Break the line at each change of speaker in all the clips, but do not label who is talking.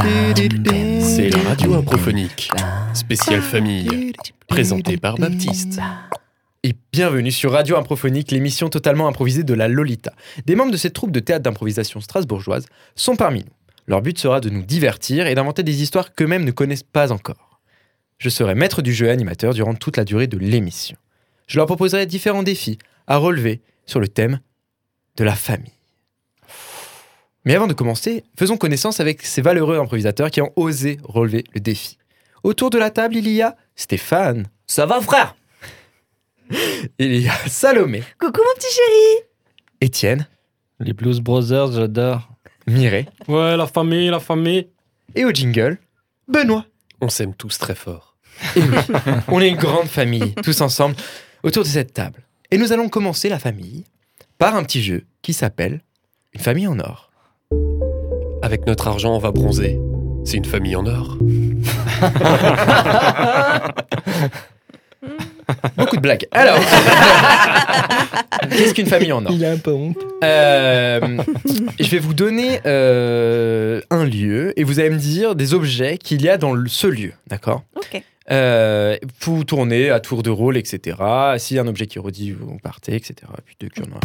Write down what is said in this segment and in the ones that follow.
C'est la
Mmh.
radio improphonique, spéciale famille, présentée par Baptiste.
Et bienvenue sur Radio Improphonique, l'émission totalement improvisée de la Lolita. Des membres de cette troupe de théâtre d'improvisation strasbourgeoise sont parmi nous. Leur but sera de nous divertir et d'inventer des histoires qu'eux-mêmes ne connaissent pas encore. Je serai maître du jeu et animateur durant toute la durée de l'émission. Je leur proposerai différents défis à relever sur le thème de la famille. Mais avant de commencer, faisons connaissance avec ces valeureux improvisateurs qui ont osé relever le défi. Autour de la table, il y a Stéphane,
Ça va, frère
il y a Salomé,
Coucou mon petit chéri
Étienne,
Les Blues Brothers, j'adore.
Mireille
Ouais, la famille, la famille.
et au jingle, Benoît.
On s'aime tous très fort.
Et oui, on est une grande famille, tous ensemble, autour de cette table. Et nous allons commencer la famille par un petit jeu qui s'appelle Une famille en or.
Avec notre argent, on va bronzer. C'est une famille en or.
Beaucoup de blagues. Alors, qu'est-ce qu'une famille en or
a un peu honte.
Euh, Je vais vous donner euh, un lieu et vous allez me dire des objets qu'il y a dans le- ce lieu, d'accord
Ok.
Euh, vous tournez à tour de rôle, etc. S'il y a un objet qui redit, vous partez, etc. Puis deux qui en ont-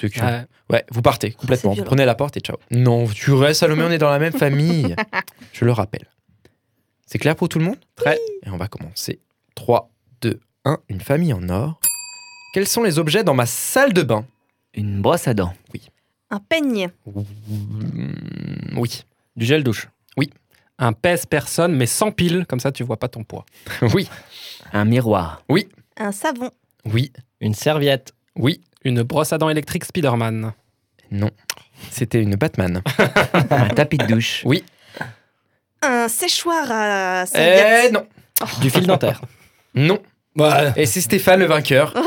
deux qui en-
Ouais.
Ouais, vous partez complètement.
Oh, c'est
Vous
violent.
prenez la porte et ciao. Non, tu restes, Salomé, on est dans la même famille. Je le rappelle. C'est clair pour tout le monde Très. Et on va commencer. 3, 2, 1. Une famille en or. Quels sont les objets dans ma salle de bain
Une brosse à dents.
Un peigne.
Mm, Oui.
Du gel douche.
Oui.
Un pèse personne, mais sans pile, comme ça tu vois pas ton poids.
Oui.
Un miroir.
Un savon.
Oui.
Une serviette.
Oui.
Une brosse à dents électrique Spider-Man.
C'était une Batman.
Un tapis de douche.
Un séchoir à
Eh
serviette.
non.
Du fil dentaire.
Non.
Ouais.
Et c'est Stéphane le vainqueur. Eh.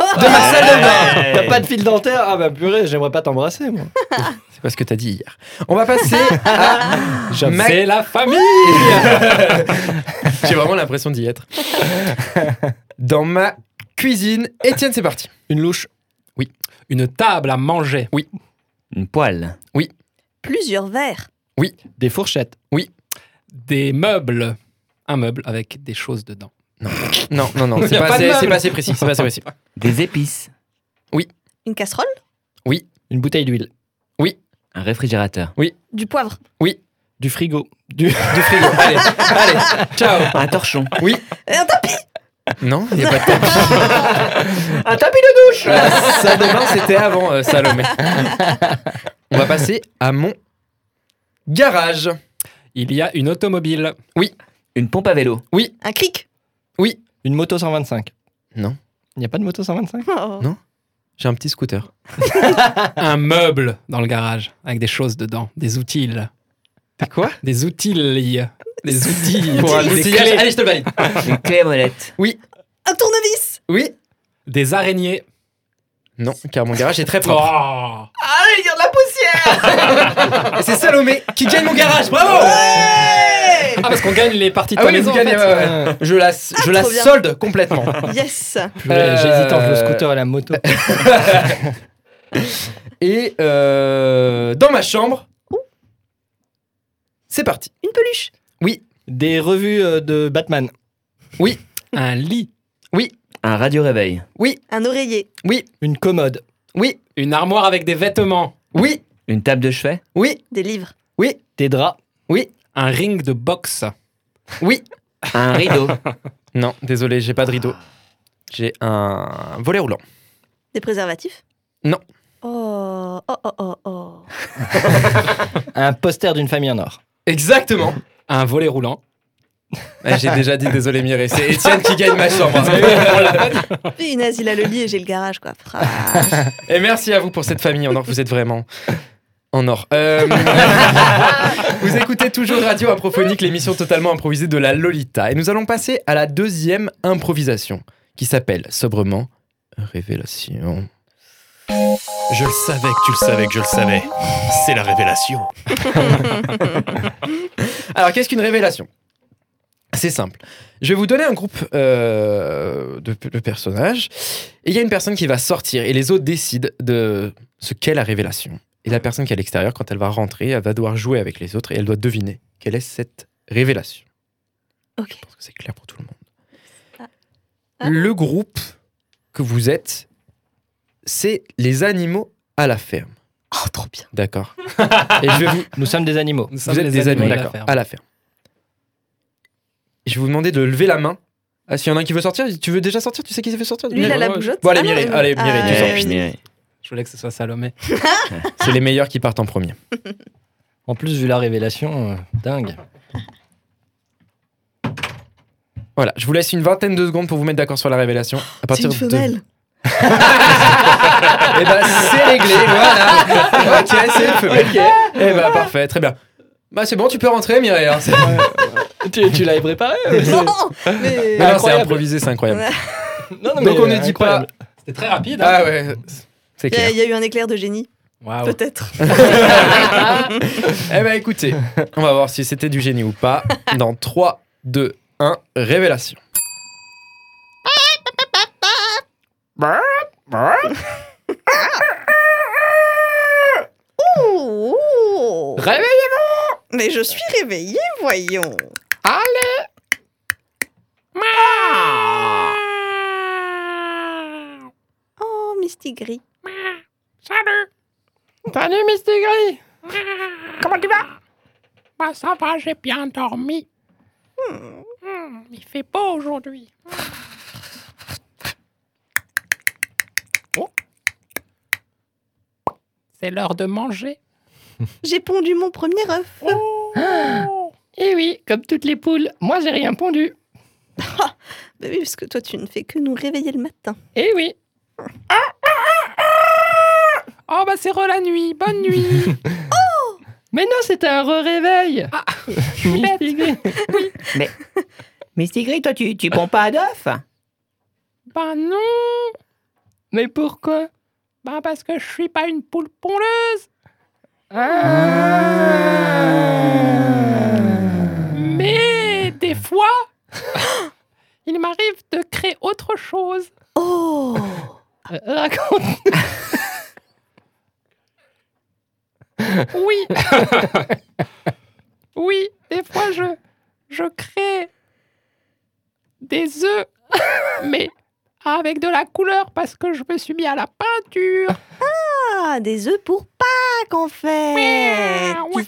T'as pas de fil dentaire Ah bah purée, j'aimerais pas t'embrasser moi.
C'est pas ce que t'as dit hier. On va passer à. Ma-
C'est la famille
J'ai vraiment l'impression d'y être. Dans ma cuisine. Étienne, c'est parti.
Une louche.
Oui.
Une table à manger.
Une poêle.
Plusieurs verres.
Des fourchettes.
Oui.
Des meubles. Un meuble avec des choses dedans.
Non, non, non,
Il y
c'est
a
pas,
pas de
assez-
meuble.
c'est pas assez précis. C'est pas assez précis.
Des épices.
Une casserole.
Une bouteille d'huile.
Un réfrigérateur.
Du poivre.
Du frigo. Du...
Du frigo. Allez, allez, ciao.
Un torchon.
Et un tapis.
Non, il n'y a pas de tapis. Un tapis de douche Ça demain, Euh, c'était avant euh, Salomé. On va passer à mon garage.
Il y a une automobile.
Une pompe à vélo.
Un clic.
Une moto 125.
Non.
Il n'y a pas de moto 125
Oh.
Non. J'ai un petit scooter.
Un meuble dans le garage avec des choses dedans. Des outils.
C'est quoi
Des outils. Des outils.
Pour un
des,
outillage.
clés.
Allez, je te le valide.
Une clé à molette.
Un tournevis.
Oui
Des araignées.
Non, car mon garage est très propre.
Oh.
Allez, il y a de la poussière.
Et c'est Salomé qui gagne mon garage, bravo
Ah, parce qu'on gagne les parties de
Ah
ta
oui,
maison,
vous gagnez,
en fait.
ouais, ouais. Je la, je la
Ah, trop bien.
solde complètement.
Yes.
Euh,
J'hésite entre le scooter et la moto.
Et euh, dans ma chambre, c'est parti.
Une peluche.
Des revues euh, de Batman.
Un lit.
Un radio réveil.
Un oreiller.
Une commode.
Oui,
Une armoire avec des vêtements.
oui,
Une table de chevet.
oui,
Des livres.
Des draps.
Un ring de boxe.
oui. Ah.
Un rideau.
Non, désolé, j'ai pas de rideau. J'ai un volet roulant.
Des préservatifs.
Non.
Oh, oh, oh, oh, oh.
Un poster d'une famille en or.
Exactement.
Un volet roulant.
Ah, J'ai déjà dit désolé Mireille, c'est Étienne qui gagne ma chambre.
Une asile a le lit et j'ai le garage, quoi. Ah.
Et merci à vous pour cette famille en or, vous êtes vraiment en or. Euh, vous écoutez toujours Radio Improphonique, l'émission totalement improvisée de la Lolita. Et nous allons passer à la deuxième improvisation, qui s'appelle sobrement Révélation.
Je le savais que tu le savais que je le savais. C'est la révélation.
Alors, qu'est-ce qu'une révélation C'est simple. Je vais vous donner un groupe euh, de, de personnages. Et il y a une personne qui va sortir et les autres décident de ce qu'est la révélation. Et la personne qui est à l'extérieur, quand elle va rentrer, elle va devoir jouer avec les autres et elle doit deviner quelle est cette révélation.
Ok.
Je pense que c'est clair pour tout le monde.
Ah.
Le groupe que vous êtes, c'est les animaux à la ferme.
Oh, trop bien.
D'accord. et je vais vous,
Nous sommes des animaux.
Nous
vous
sommes
êtes des animaux, d'accord, à la ferme. Je vais vous demander de lever la main. Ah, s'il y en a un qui veut sortir, tu veux déjà sortir Tu sais qui veut sortir
Lui, il a la
Ouais,
bougeotte.
Bon, allez,
Ah non,
Mireille,
euh,
allez, Mireille, tu
euh,
sors.
Je voulais que ce soit Salomé.
C'est les meilleurs qui partent en premier.
En plus, vu la révélation, euh, dingue.
Voilà, je vous laisse une vingtaine de secondes pour vous mettre d'accord sur la révélation. À
C'est
partir
une femelle.
De... Eh ben, c'est réglé, voilà. ok, c'est une femelle. Eh ben, parfait, très bien. Bah, c'est bon, tu peux rentrer, Mireille. hein, c'est-
tu tu l'avais préparé euh,
Non,
Ah non,
mais.
c'est
Incroyable.
improvisé, c'est incroyable.
non, non,
Donc,
mais,
on ne
euh,
dit pas.
incroyable.
C'était très rapide.
Ah ouais, c'est
Il y, a-
clair.
il y a eu un éclair de génie,
Waouh.
peut-être.
Eh ben, écoutez, on va voir si c'était du génie ou pas. Dans 3, 2, 1, révélation.
Ouh, ouh.
Révélation.
Mais je suis réveillée, voyons. Ah. Allez. Oh, Misty Gris.
Salut, Misty Gris.
Comment tu vas Bah ça va, j'ai bien dormi. Hmm, il fait beau aujourd'hui. Oh. C'est l'heure de manger.
J'ai pondu mon premier œuf.
Oh.
Eh oui, comme toutes les poules, moi j'ai rien pondu.
Bah oui, parce que toi, tu ne fais que nous réveiller le matin.
Eh oui.
Oh, bah c'est re la nuit, bonne nuit.
Oh.
Mais non, c'était un réveil Misty Gris.
Mais Stigri, toi, tu, tu ponds pas d'œuf
bah non,
Mais pourquoi
bah parce que je suis pas une poule pondeuse.
Ah.
Mais des fois, il m'arrive de créer autre chose.
Oh
Euh, Raconte.
Oui. oui, des fois je je crée des œufs mais avec de la couleur parce que je me suis mis à la peinture.
Ah, des œufs pour Pâques, en fait.
Ouais,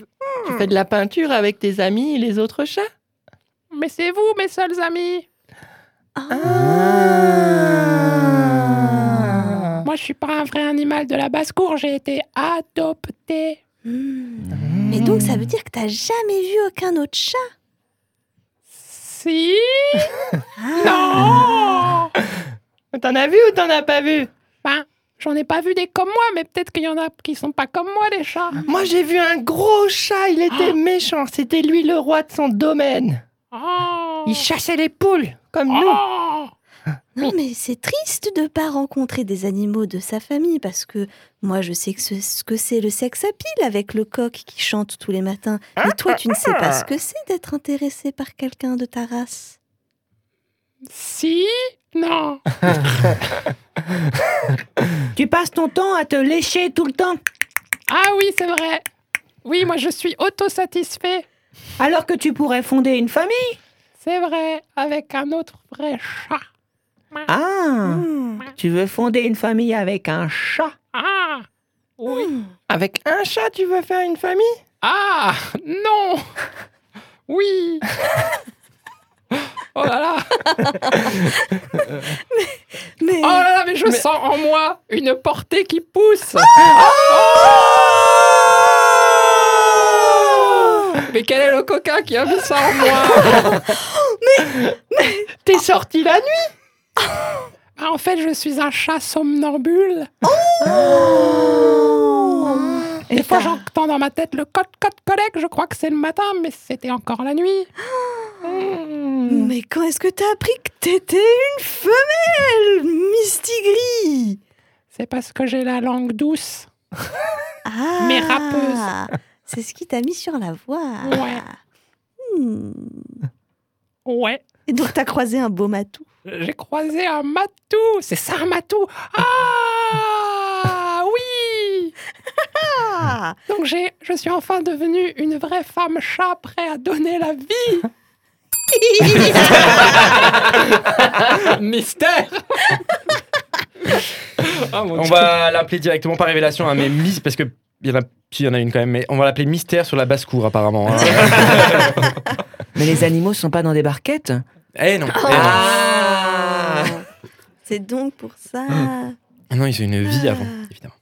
Tu fais de la peinture avec tes amis et les autres chats
Mais c'est vous mes seuls amis.
Ah.
Moi je suis pas un vrai animal de la basse-cour, j'ai été adopté.
Hmm. Mais donc, ça veut dire que t'as jamais vu aucun autre chat
Si
Ah.
Non
T'en as vu ou t'en as pas vu
Ben, j'en ai pas vu des comme moi, mais peut-être qu'il y en a qui sont pas comme moi, les chats.
Moi j'ai vu un gros chat, il
Ah.
était méchant, c'était lui le roi de son domaine.
Oh
Ah.
Il chassait les poules, comme nous.
Oh
Non, mais c'est triste de pas rencontrer des animaux de sa famille parce que moi je sais que ce, ce que c'est le sexe à pile avec le coq qui chante tous les matins. Mais toi tu ne sais pas ce que c'est d'être intéressé par quelqu'un de ta race.
Si Non
Tu passes ton temps à te lécher tout le temps,
Ah oui, c'est vrai Oui, moi je suis autosatisfait,
alors que tu pourrais fonder une famille.
c'est vrai, avec un autre vrai chat.
Ah,
Hmm.
tu veux fonder une famille avec un chat
Ah Oui
Avec un chat, tu veux faire une famille
Ah Non Oui Oh là là
Mais
Oh là là, mais je sens en moi une portée qui pousse. Oh mais quel est le coquin qui a mis ça en moi
T'es sorti la nuit
Ah, En fait, je suis un chat somnambule. Des
Oh. Et
fois,
t'as-
j'entends dans ma tête le code code collègue. Je crois que c'est le matin, mais c'était encore la nuit.
mais quand est-ce que t'as appris que t'étais une femelle, Misty Gris
C'est parce que j'ai la langue douce.
Ah,
Mais rappeuse.
C'est ce qui t'a mis sur la voie.
Ouais.
Hmm.
Ouais.
Et donc, t'as croisé un beau matou.
J'ai croisé un matou. C'est ça un matou. Ah oui.
Ah
Donc j'ai, je suis enfin devenue une vraie femme chat prête à donner la vie.
Mystère Ah, mon
On
Dieu.
va l'appeler directement par révélation, hein, mais Miss, parce que il y en a, si, il y en a une quand même, mais on va l'appeler Mystère sur la basse-cour apparemment. hein.
Mais les animaux sont pas dans des barquettes
Eh non, eh non.
C'est donc pour ça.
Oh.
Ah Non, ils ont une vie avant,
Ah.
évidemment.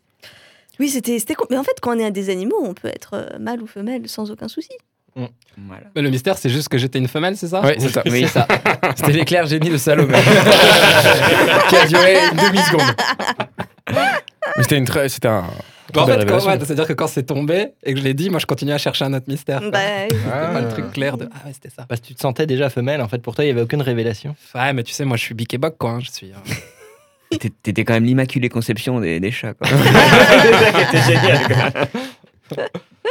Oui, c'était. c'était con- Mais en fait, quand on est un des animaux, on peut être euh, mâle ou femelle sans aucun souci.
Voilà.
Mais le mystère, c'est juste que j'étais une femelle,
Ah.
c'est ça
Oui, c'est ça.
Oui, ça.
C'était l'éclair génie de Salomé. qui a duré une demi-seconde. Mais c'était une très- c'était un.
Bon, Bah, en
Belle
fait, quand-
révélation.
ouais, c'est-à-dire que quand c'est tombé et que je l'ai dit, moi, je continue à chercher un autre mystère. quoi.
Bah, oui.
C'est pas
Ah.
le truc clair de. Ah ouais, c'était ça.
Parce que tu te sentais déjà femelle, en fait, pour toi, il n'y avait aucune révélation.
Ouais, mais tu sais, moi, je suis biquéboc, quoi. hein, Je suis. euh,
Et t'é- T'étais quand même l'immaculée conception des, des chats. Quoi.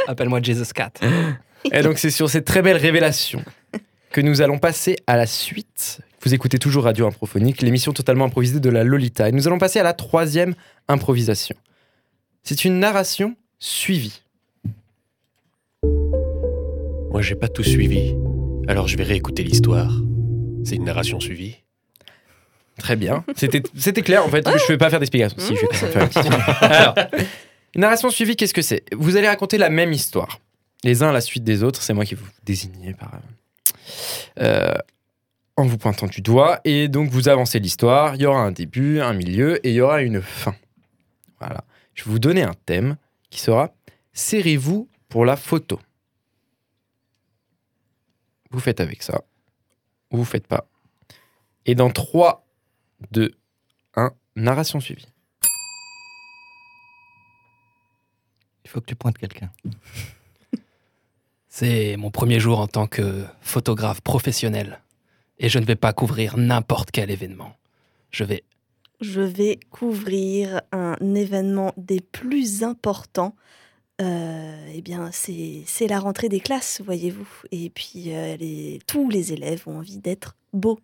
Appelle-moi Jesus Cat.
Et donc, c'est sur cette très belle révélation que nous allons passer à la suite. Vous écoutez toujours Radio Improphonique, l'émission totalement improvisée de la Lolita. Et nous allons passer à la troisième improvisation. C'est une narration suivie.
Moi, j'ai pas tout suivi. Alors, je vais réécouter l'histoire. C'est une narration suivie.
Très bien. C'était c'était clair, en fait. Je ne vais pas faire d'explication. Si, je vais quand même faire une petite. Alors, une narration suivie, qu'est-ce que c'est Vous allez raconter la même histoire. Les uns à la suite des autres. C'est moi qui vous désignez par... euh, en vous pointant du doigt. Et donc, vous avancez l'histoire. Il y aura un début, un milieu et il y aura une fin. Voilà. Je vais vous donner un thème qui sera « Serrez-vous pour la photo ». Vous faites avec ça. Ou vous faites pas. Et dans 3, 2, 1, narration suivie.
Il faut que tu pointes quelqu'un.
C'est mon premier jour en tant que photographe professionnel. Et je ne vais pas couvrir n'importe quel événement. Je vais.
Je vais couvrir un événement des plus importants. Euh, eh bien, c'est c'est la rentrée des classes, voyez-vous. Et puis, euh, les- tous les élèves ont envie d'être beaux.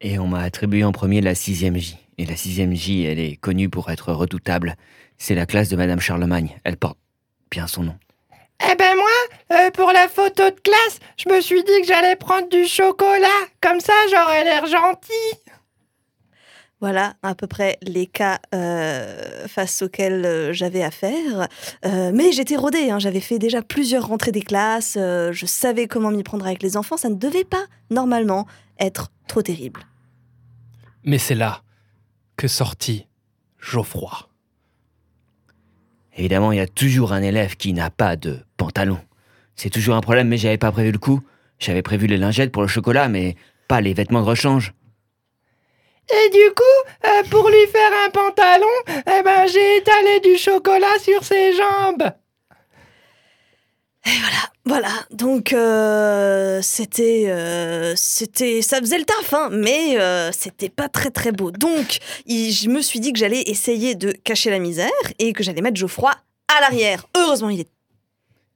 Et on m'a attribué en premier la 6e J. Et la 6e J, elle est connue pour être redoutable. C'est la classe de Madame Charlemagne. Elle porte bien son nom.
Eh ben moi, euh, pour la photo de classe, je me suis dit que j'allais prendre du chocolat. Comme ça, j'aurais l'air gentil.
Voilà à peu près les cas euh, face auxquels euh, j'avais affaire. Euh, mais j'étais rodée, hein, j'avais fait déjà plusieurs rentrées des classes, euh, je savais comment m'y prendre avec les enfants, ça ne devait pas, normalement, être trop terrible.
Mais c'est là que sortit Geoffroy.
Évidemment, il y a toujours un élève qui n'a pas de pantalon. C'est toujours un problème, mais j'avais pas prévu le coup. J'avais prévu les lingettes pour le chocolat, mais pas les vêtements de rechange.
Et du coup, euh, pour lui faire un pantalon, eh ben j'ai étalé du chocolat sur ses jambes.
Voilà, donc euh, c'était, euh, c'était, ça faisait le taf, hein, mais euh, c'était pas très très beau. Donc, il- je me suis dit que j'allais essayer de cacher la misère et que j'allais mettre Geoffroy à l'arrière. Heureusement, il est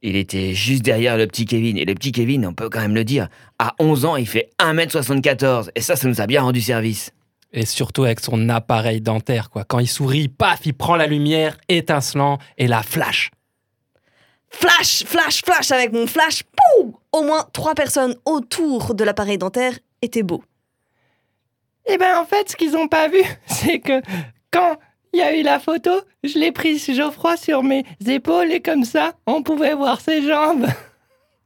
Il était juste derrière le petit Kevin. Et le petit Kevin, on peut quand même le dire, à 11 ans, il fait 1m74. Et ça, ça nous a bien rendu service.
Et surtout avec son appareil dentaire, quoi. Quand il sourit, paf, il prend la lumière, étincelant, et la flash.
flash, flash, flash avec mon flash. Poum Au moins trois personnes autour de l'appareil dentaire étaient beaux.
Eh ben en fait, ce qu'ils n'ont pas vu, c'est que quand il y a eu la photo, je l'ai prise Geoffroy sur mes épaules et comme ça, on pouvait voir ses jambes.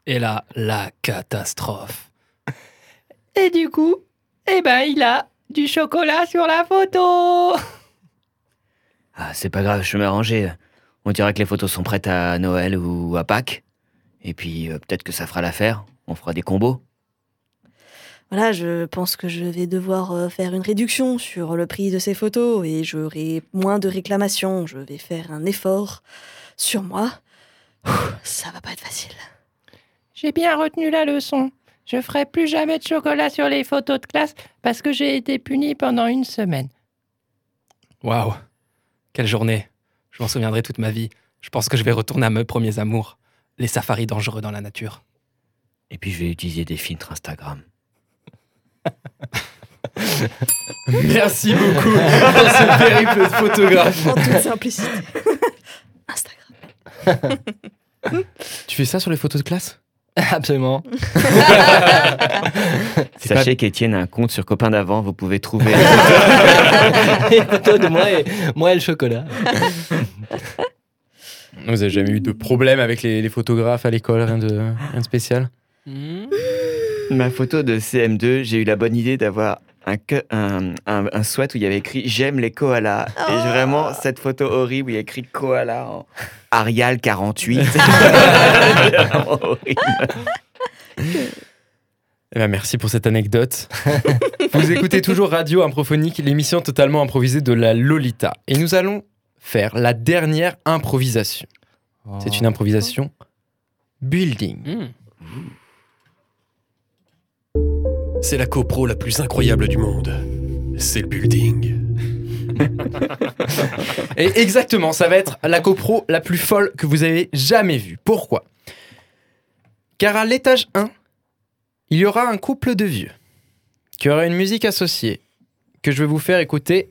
Et là, la catastrophe.
Et du coup, eh ben il a du chocolat sur la photo.
Ah, c'est pas grave, je vais m'arranger. On dira que les photos sont prêtes à Noël ou à Pâques. Et puis, euh, peut-être que ça fera l'affaire. On fera des combos.
Voilà, je pense que je vais devoir euh, faire une réduction sur le prix de ces photos et j'aurai moins de réclamations. Je vais faire un effort sur moi. Ouh, Ça va pas être facile.
J'ai bien retenu la leçon. Je ferai plus jamais de chocolat sur les photos de classe parce que j'ai été punie pendant une semaine.
Waouh. Quelle journée. Je m'en souviendrai toute ma vie. Je pense que je vais retourner à mes premiers amours. Les safaris dangereux dans la nature.
Et puis je vais utiliser des filtres Instagram.
Merci beaucoup pour ce périple de photographe.
En toute simplicité. Instagram.
Tu fais ça sur les photos de classe
Absolument.
C'est
Sachez qu'Étienne a un compte sur Copain d'avant, vous pouvez trouver.
Les photos de moi et, moi et le chocolat.
Vous avez jamais eu de problème avec les, les photographes à l'école, rien de, rien de spécial
Mmh.
Ma photo de CM2, j'ai eu la bonne idée d'avoir un, que- un, un, un sweat où il y avait écrit J'aime les koalas. Et
Oh.
j'ai vraiment, cette photo horrible où il y a écrit koala en Arial 48. Vraiment horrible.
Eh ben, merci pour cette anecdote. Vous écoutez toujours Radio Improphonique, l'émission totalement improvisée de la Lolita. Et nous allons faire la dernière improvisation. C'est une improvisation building.
Mmh.
C'est la copro la plus incroyable du monde. C'est le building.
Et exactement, ça va être la copro la plus folle que vous avez jamais vue. Pourquoi Car à l'étage 1, il y aura un couple de vieux qui aura une musique associée que je vais vous faire écouter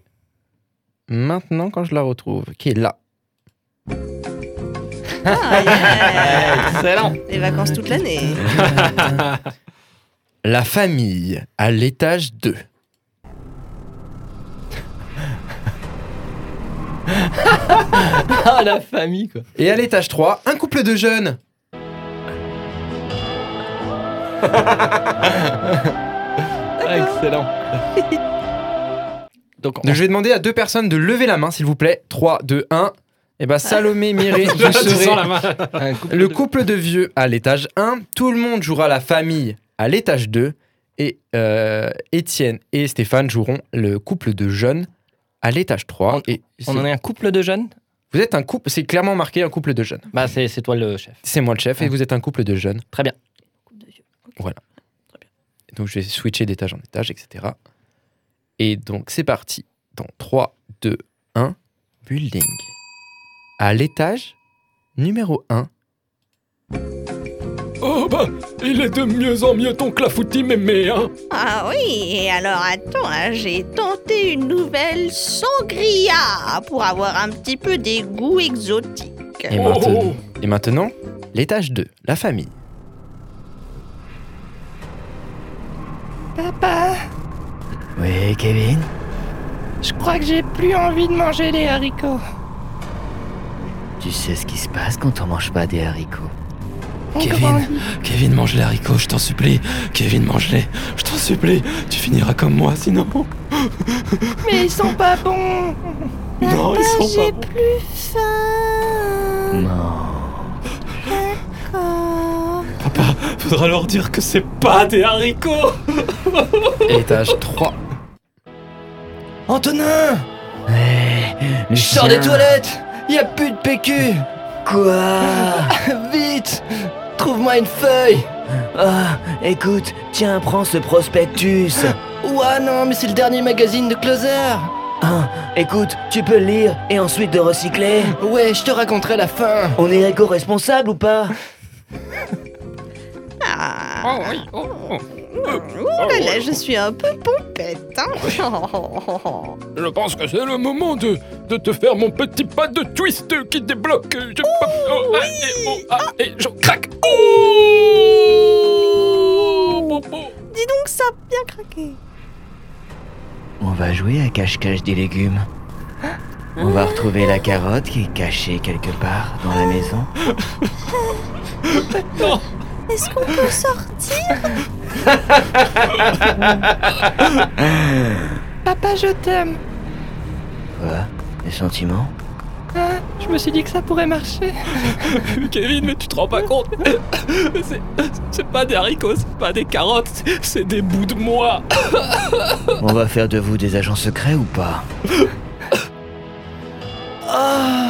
maintenant quand je la retrouve, qui est là.
Ah, yeah.
Excellent.
Les vacances toute l'année.
La famille à l'étage 2.
Ah, la famille, quoi.
Et à l'étage 3, un couple de jeunes.
Ah, Excellent.
Donc, je vais demander à deux personnes de lever la main, s'il vous plaît. 3, 2, 1. Et bah Salomé, Mireille, vous serez
Un couple
Le
de-
couple de vieux à l'étage 1, tout le monde jouera la famille à l'étage 2, et euh, Étienne et Stéphane joueront le couple de jeunes à l'étage 3. Et
On en
c'est-
est un couple de jeunes
Vous êtes un couple, c'est clairement marqué un couple de jeunes.
Bah, c'est c'est toi le chef.
C'est moi le chef et vous êtes un couple de jeunes.
Coupe de Dieu.
Donc je vais switcher d'étage en étage, etc. Et donc c'est parti. Dans 3, 2, 1, building. À l'étage numéro 1,
Oh bah, il est de mieux en mieux ton clafoutis mémé, hein
Ah oui, et alors attends, hein, j'ai tenté une nouvelle sangria pour avoir un petit peu des goûts exotiques.
Et
Oh,
maintenant,
oh.
et maintenant, l'étage 2, la famille.
Papa,
Oui, Kevin
je crois que j'ai plus envie de manger les haricots.
Tu sais ce qui se passe quand on mange pas des haricots.
Kevin, Kevin, mange les haricots, je t'en supplie. Kevin, mange-les, je t'en supplie. Tu finiras comme moi, sinon.
Mais ils sont pas bons.
Non, ils sont pas.
Non.
Faudra leur dire que c'est pas des haricots.
Étage 3.
Antonin
Mais
Je sors des
viens.
toilettes Y a plus de PQ
Quoi
Vite Trouve-moi une feuille
Ah, écoute, tiens, prends ce prospectus.
Ouah non, mais c'est le dernier magazine de Closer
Ah, écoute, tu peux le lire et ensuite de recycler.
Ouais, je te raconterai la fin
On est éco-responsable ou pas
Ah,
Oh oui, oh, oh.
ouh là là, je suis un peu pompette. hein.
Je pense que c'est le moment de, de te faire mon petit pas de twist qui débloque. Je oh, ah, et, oh, ah, et je craque. Oh, bon, bon.
Dis donc, ça a bien craqué.
On va jouer à cache-cache des légumes. On va retrouver la carotte qui est cachée quelque part dans la maison.
Est-ce qu'on peut sortir
Papa, je t'aime.
Quoi Des sentiments
Hein je me suis dit que ça pourrait marcher.
Kevin, mais tu te rends pas compte C'est- C'est pas des haricots, c'est pas des carottes, c'est- c'est des bouts de moi.
On va faire de vous des agents secrets ou pas
Ah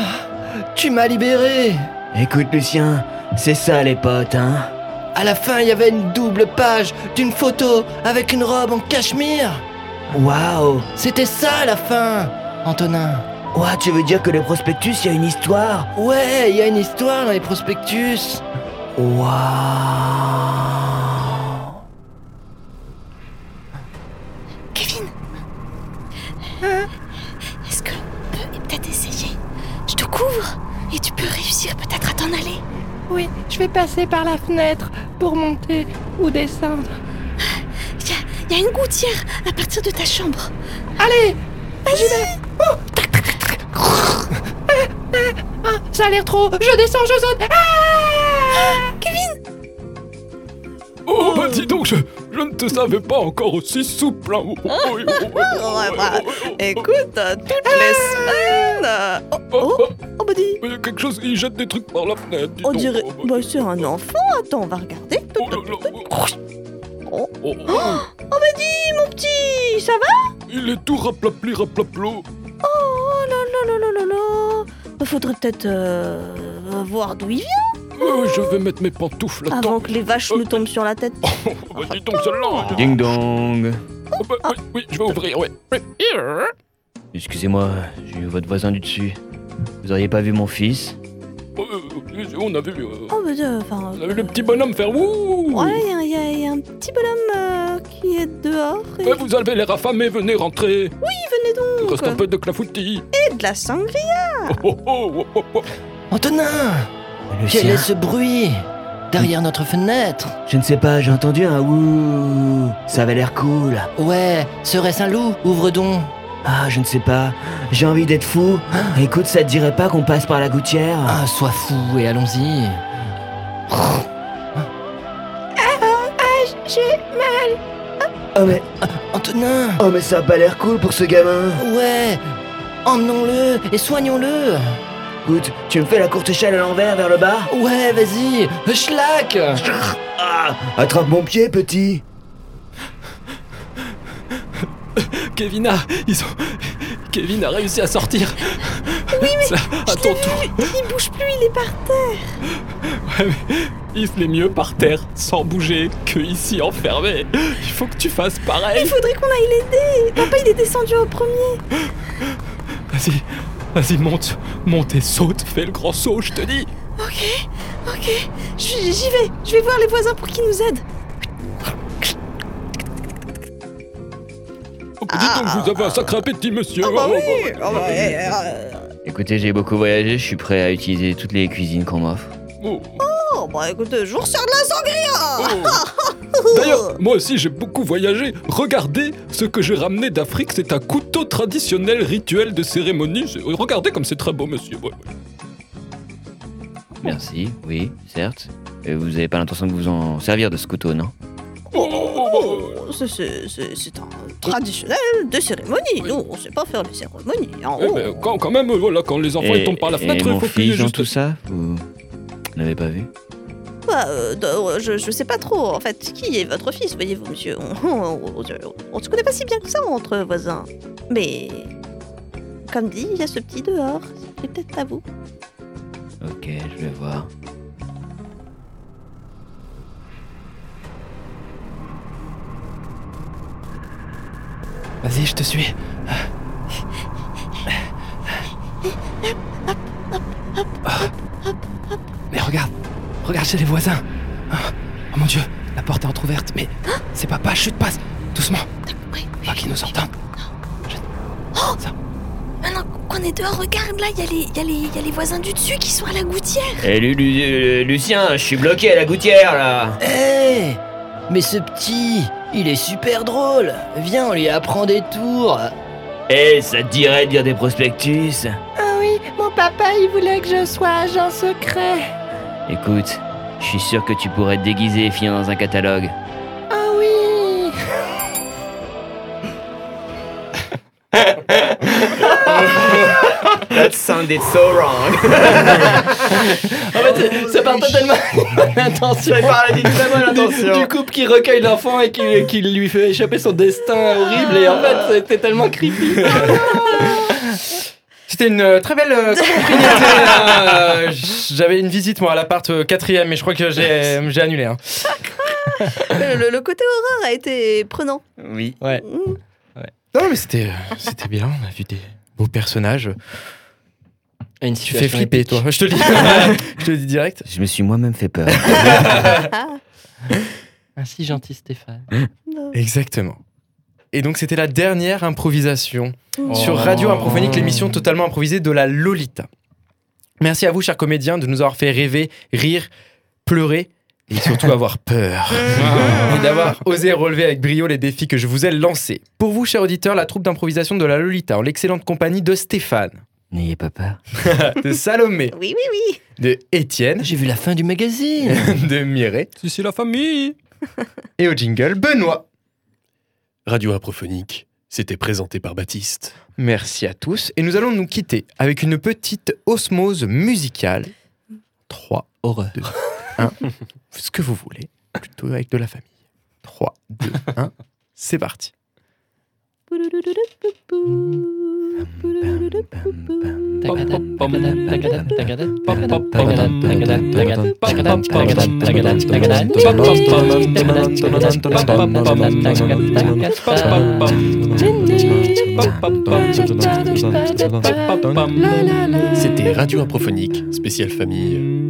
Tu m'as libéré
Écoute, Lucien, c'est ça les potes, hein
À la fin, il y avait une double page d'une photo avec une robe en cachemire
Waouh
C'était ça la fin Antonin
Ouah, tu veux dire que le prospectus, il y a une histoire
Ouais, il y a une histoire dans les prospectus
Waouh
Est-ce que je peux peut-être essayer Je te couvre et tu peux réussir peut-être à t'en aller.
Oui, je vais passer par la fenêtre pour monter ou descendre.
Il y a- il y, a une gouttière à partir de ta chambre.
Allez
Ah, ça a l'air trop. Je descends, je saute.
Oh, bah dis donc, je, je ne te savais pas encore aussi souple. hein. Oh, oh, oh, oh, oh, oh, oh, Ah.
Écoute, euh, toutes les semaines. euh, oh,
oh, oh, oh.
Oh, bah dis,
Il y a quelque chose, il jette des trucs par la fenêtre. dis
on
donc.
dirait.
Oh, bah,
Bah, c'est un enfant, attends, on va regarder.
oh là là, oh. Oh, oh, oh.
Oh, bah dis, mon petit, ça va
Il est tout raplapli, raplaplo.
Oh là là là là là là Bah, Faudrait peut-être euh, voir d'où il vient
Euh, je vais mettre mes pantoufles. Attends,
avant que les vaches nous tombent sur la tête.
Euh, Oh, bah, dis donc, celle-là. hein.
Ding dong
Oh, bah, oui, oui, je vais ouvrir, ouais.
Excusez-moi, j'ai eu votre voisin du dessus. Vous auriez pas vu mon fils
Euh, on a vu, euh,
Oh, bah, euh, enfin.
on a vu le petit bonhomme faire wouh.
Ouais, il y a- il y, a- il y a un petit bonhomme euh, qui est dehors. Et...
Eh, vous avez l'air affamé, venez rentrer.
Venez
Il
donc
reste un peu de clafoutis.
Et de la sangrie
Oh, oh, oh, oh, oh.
Antonin Quel est ce bruit Derrière notre fenêtre
Je ne sais pas, j'ai entendu un ouh. Ça avait l'air cool.
Ouais, serait-ce un loup Ouvre donc
Ah, je ne sais pas. J'ai envie d'être fou. Écoute, ça te dirait pas qu'on passe par la gouttière
Ah, sois fou et allons-y
Oh mais,
Ah, Antonin
oh mais ça a pas l'air cool pour ce gamin.
Ouais Emmenons-le et soignons-le
Écoute, tu me fais la courte échelle à l'envers vers le bas
Ouais, vas-y Schlack
Ah, attrape mon pied, petit.
Kevin a, ils ont... Kevin a réussi à sortir. Oui, mais. à ton tour.
Il bouge plus, il est par
Il se l'est mieux par terre, sans bouger, que ici enfermé. Il faut que tu fasses pareil.
Il faudrait qu'on aille l'aider Papa, il est descendu au premier
Vas-y, vas-y, monte, monte et saute, fais le grand saut, je te dis.
Ok, ok, j- j'y vais Je vais voir les voisins pour qu'ils nous aident
Oh, dis donc, vous avez un sacré appétit, monsieur. Oh, oh,
Eh,
oh.
Écoutez, j'ai beaucoup voyagé, je suis prêt à utiliser toutes les cuisines qu'on m'offre.
Oh.
Oh, bah écoutez, je vous ressors de la sangrie hein.
D'ailleurs, moi aussi j'ai beaucoup voyagé. Regardez, ce que j'ai ramené d'Afrique, c'est un couteau traditionnel rituel de cérémonie. C'est- Regardez comme c'est très beau, monsieur. Ouais, ouais.
Merci, oui, certes. Et vous avez pas l'intention de vous en servir de ce couteau, non
Oh, oh, oh, oh, oh.
Oh, ça, C'est c'est- c'est un traditionnel de cérémonie. Nous, on sait pas faire les cérémonies. hein.
Eh
Oh.
ben, quand, quand même, euh, voilà, quand les enfants ils tombent par la fenêtre,
et
il
mon
faut plier
fils dans
juste.
tout ça Vous n'avez pas vu
Bah, euh, de- je, je sais pas trop, en fait, qui est votre fils, voyez-vous, monsieur. On, on- on- on se connaît pas si bien que ça entre voisins. Mais. Comme dit, il y a ce petit dehors. C'est peut-être à vous.
Ok, je vais voir.
Vas-y, je te suis. Ah. Mais regarde, regarde chez les voisins. Ah. Oh mon dieu, la porte est entr'ouverte, mais c'est papa, chute, passe, doucement. Pas qu'ils nous entendent.
Maintenant qu'on est dehors, regarde, là, il y, a les- il y a les- il y a les voisins du dessus qui sont à la gouttière
Hé, Eh, Lucien, je suis bloqué à la gouttière, là
Hé Mais ce petit, il est super drôle Viens, on lui apprend des tours
Hé, Eh, ça te dirait de dire des prospectus
Ah oui, mon papa, il voulait que je sois agent secret.
Écoute, je suis sûr que tu pourrais te déguiser et finir dans un catalogue.
Ah oui
That sounded so wrong
En fait, ça part totalement attention
parlé d'une très bonne
du, du couple qui recueille l'enfant et qui, qui lui fait échapper son destin horrible et en fait c'était tellement creepy.
C'était une euh, très belle euh, copropriété. euh, j- J'avais une visite, moi, à l'appart euh, quatrième, mais je crois que j'ai j'ai annulé. hein.
le, le- le côté horreur a été prenant.
Oui.
Mm.
Non, mais c'était euh, c'était bien. On a vu des beaux personnages.
Une
Tu fais flipper, toi. Je te le dis, je te le dis direct.
Je me suis moi-même fait peur.
Un si gentil Stéphane.
Ah, Non.
Exactement. Et donc, c'était la dernière improvisation
Oh.
sur Radio Improphonique, l'émission totalement improvisée de la Lolita. Merci à vous, chers comédiens, de nous avoir fait rêver, rire, pleurer et surtout avoir peur. et d'avoir osé relever avec brio les défis que je vous ai lancés. Pour vous, chers auditeurs, la troupe d'improvisation de la Lolita, en l'excellente compagnie de Stéphane,
N'ayez pas peur.
de Salomé,
Oui, oui, oui.
de Étienne,
J'ai vu la fin du magazine.
de Mireille
Si c'est la famille.
et au jingle Benoît.
Radio Improphonique, c'était présenté par Baptiste.
Merci à tous et nous allons nous quitter avec une petite osmose musicale. 3,
Horreur.
1, ce que vous voulez, plutôt avec de la famille. 3, 2, 1, c'est parti.
C'était Radio Improphonique, spéciale famille.